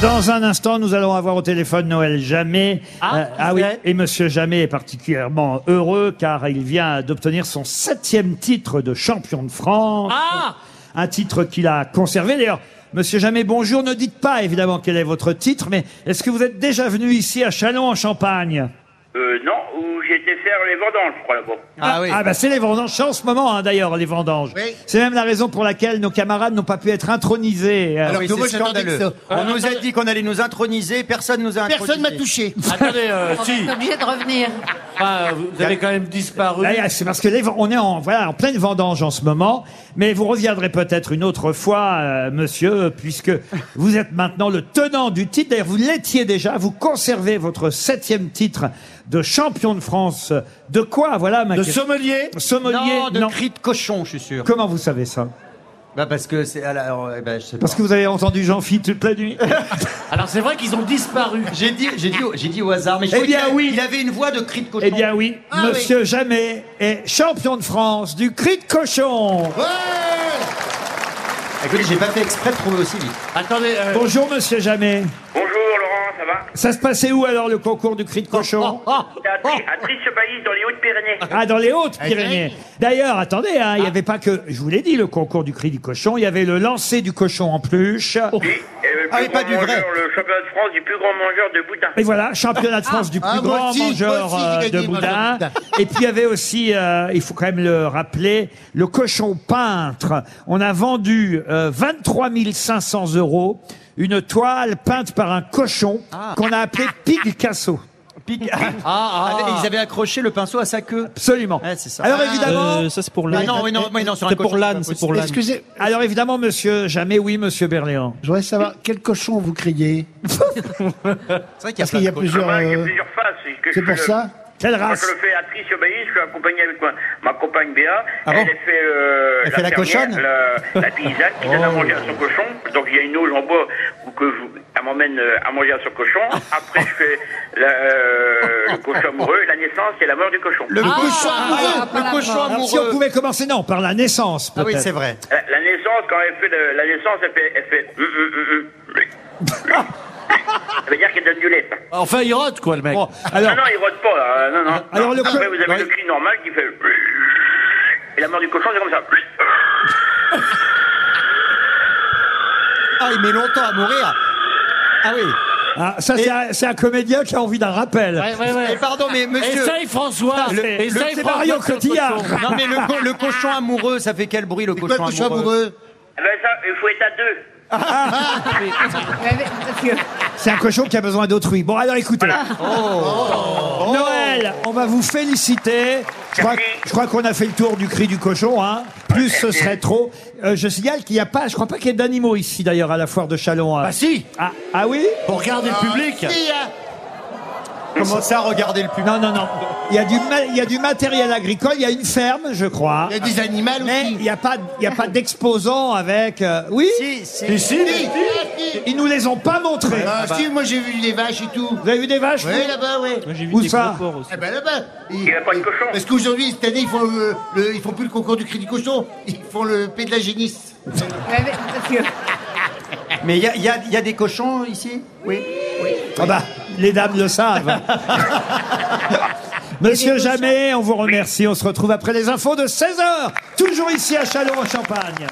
Dans un instant, nous allons avoir au téléphone Noël Jamais. Euh, Ah, vous oui, êtes et Monsieur Jamais est particulièrement heureux car il vient d'obtenir son septième titre de champion de France. Ah Un titre qu'il a conservé. D'ailleurs, Monsieur Jamais, bonjour. Ne dites pas évidemment quel est votre titre, mais est-ce que vous êtes déjà venu ici à Chalon en Champagne Euh, non, où j'étais faire les vendanges, je crois, là-bas. Ah oui. Ah bah c'est les vendanges, c'est en ce moment hein, d'ailleurs les vendanges. Oui. C'est même la raison pour laquelle nos camarades n'ont pas pu être intronisés. Euh, Alors Oui, que c'est moi, j'attendais scandaleux. que ça. On nous a dit qu'on allait nous introniser, personne nous a intronisé. Personne m'a touché. Attendez, euh, On si, est obligé de revenir. Enfin, vous avez quand même disparu. Là, Ah, c'est parce que les, on est en, voilà, en pleine vendange en ce moment, mais vous reviendrez peut-être une autre fois, euh, monsieur, puisque vous êtes maintenant le tenant du titre. D'ailleurs, vous l'étiez déjà, vous conservez votre septième titre de champion de France. De quoi Voilà ma Le question. sommelier Sommelier Non, de cri de cochon, je suis sûr. Comment vous savez ça Bah parce que c'est... Alors, euh, bah, je sais pas. Parce que vous avez entendu Jean-Phi toute la nuit. Alors c'est vrai qu'ils ont disparu. J'ai dit, j'ai dit, au- j'ai dit au hasard, mais je Eh crois bien, qu'il a- oui. il avait une voix de cri de cochon. eh bien oui, Ah oui. monsieur Jamais est champion de France du cri de cochon. Ouais Écoutez, j'ai pas fait exprès de trouver aussi vite. Attendez, euh, Bonjour monsieur Jamais. Bonjour, Laurent, ça va Ça se passait où alors le concours du cri de cochon C'est à Oh. Tri- à Triche-Bailly, dans les Hautes-Pyrénées. Ah, dans les Eh, Hautes-Pyrénées. D'ailleurs, attendez, hein, Ah. il n'y avait pas que, je vous l'ai dit, le concours du cri du cochon, il y avait le lancer du cochon en peluche. Oh. Oui, et euh, le plus Ah oui, grand pas du vrai. mangeur, le championnat de France du plus grand mangeur de boudin. Et voilà, championnat de France du plus Ah, moi grand aussi, moi mangeur aussi, j'ai euh, de gagné, moi, le boudin. boudin. Et puis il y avait aussi, euh, il faut quand même le rappeler, le cochon peintre. On a vendu euh, 23 500 euros une toile peinte par un cochon Ah. qu'on a appelé Picasso. Pic- ah, Ah, Ils avaient accroché le pinceau à sa queue. Absolument. Ouais, c'est ça. Alors Ah, évidemment, Euh, ça c'est Bah pour Ah l'âne. non, oui, non, oui, non, sur un C'est pour cochon, c'est l'âne, pas c'est pour l'âne. Excusez, alors évidemment, Monsieur, jamais oui, Monsieur Berléand. je voudrais savoir quel cochon vous criez. C'est vrai qu'il y a, Parce qu'il y a plein de cochons. plusieurs. Ah, j'ai euh, plusieurs faces. parce que C'est je pour fais le- ça Quelle Ah, Quand je race le fais à Triche-Bailly, je suis accompagné avec ma, ma compagne Béa. Ah elle bon fait, euh, Elle fait la fermière, cochonne Oh. La, la paysanne qui donne à manger à son cochon. Donc il y a une auge en bois où que je- elle m'emmène euh, à manger à son cochon. Après, je fais la, euh, le cochon amoureux, la naissance et la mort du cochon. Le cochon ah, amoureux pas Le la cochon mort. Alors, si on amoureux pouvait commencer, non, par la naissance, Ah peut-être. oui, c'est vrai. La, Euh, la naissance, quand elle fait le- la naissance, elle fait. Elle fait Hum, hum, hum, hum. Ça veut dire qu'elle donne du lait. ça. Enfin, il rote, quoi, le mec. Bon, alors, non, non, il rote pas. là, euh, Non, non. Alors, le Après, co- vous avez ouais. le cri normal qui fait. euh, Et la mort du cochon, c'est comme ça. Euh, Ah, il met longtemps à mourir. Ah oui. ah, ça, c'est un- c'est un, comédien qui a envie d'un rappel. Ouais, ouais, ouais. Et pardon, mais monsieur. Essaye, François Le- le- Essaye, c'est François, Mario sur le Cotillard. cochon. Non, mais le, co- le cochon amoureux, ça fait quel bruit le Quoi, cochon, le cochon amoureux amoureux Eh ben ça, il faut être à deux. C'est un cochon qui a besoin d'autrui. Bon, alors écoutez. Oh. Oh. Noël, on va vous féliciter. Je crois, Merci. je crois qu'on a fait le tour du cri du cochon, hein. Plus ce serait trop. Euh, je signale qu'il n'y a pas, je crois pas qu'il y ait d'animaux ici d'ailleurs à la foire de Chalon. hein. Ah si Ah, ah oui Pour regarder le public Si, hein. Comment ça, regarder le public Non, non, non. Il y, a du ma- il y a du matériel agricole, il y a une ferme, je crois. Il y a des animaux Mais il aussi. n'y a pas, il y a pas d'exposants avec. euh, oui Si, si. Ici Si, si. Ils nous les ont pas montrés. Ah, bah. si, moi j'ai vu les vaches et tout. Vous avez vu des vaches Oui, vous là-bas, oui. Moi j'ai vu Où des ça gros porcs aussi. Ah bah là-bas. Il n'y a pas de cochon. Parce qu'aujourd'hui, cette année, ils font, euh, le- ils font plus le concours du cri du cochon, ils font le pédalagéniste. Mais il y a, il y a- il y a des cochons ici Oui. Ah bah, les dames le savent. Monsieur Jamais, on vous remercie. On se retrouve après les infos de 16h, toujours ici à Chalon en Champagne.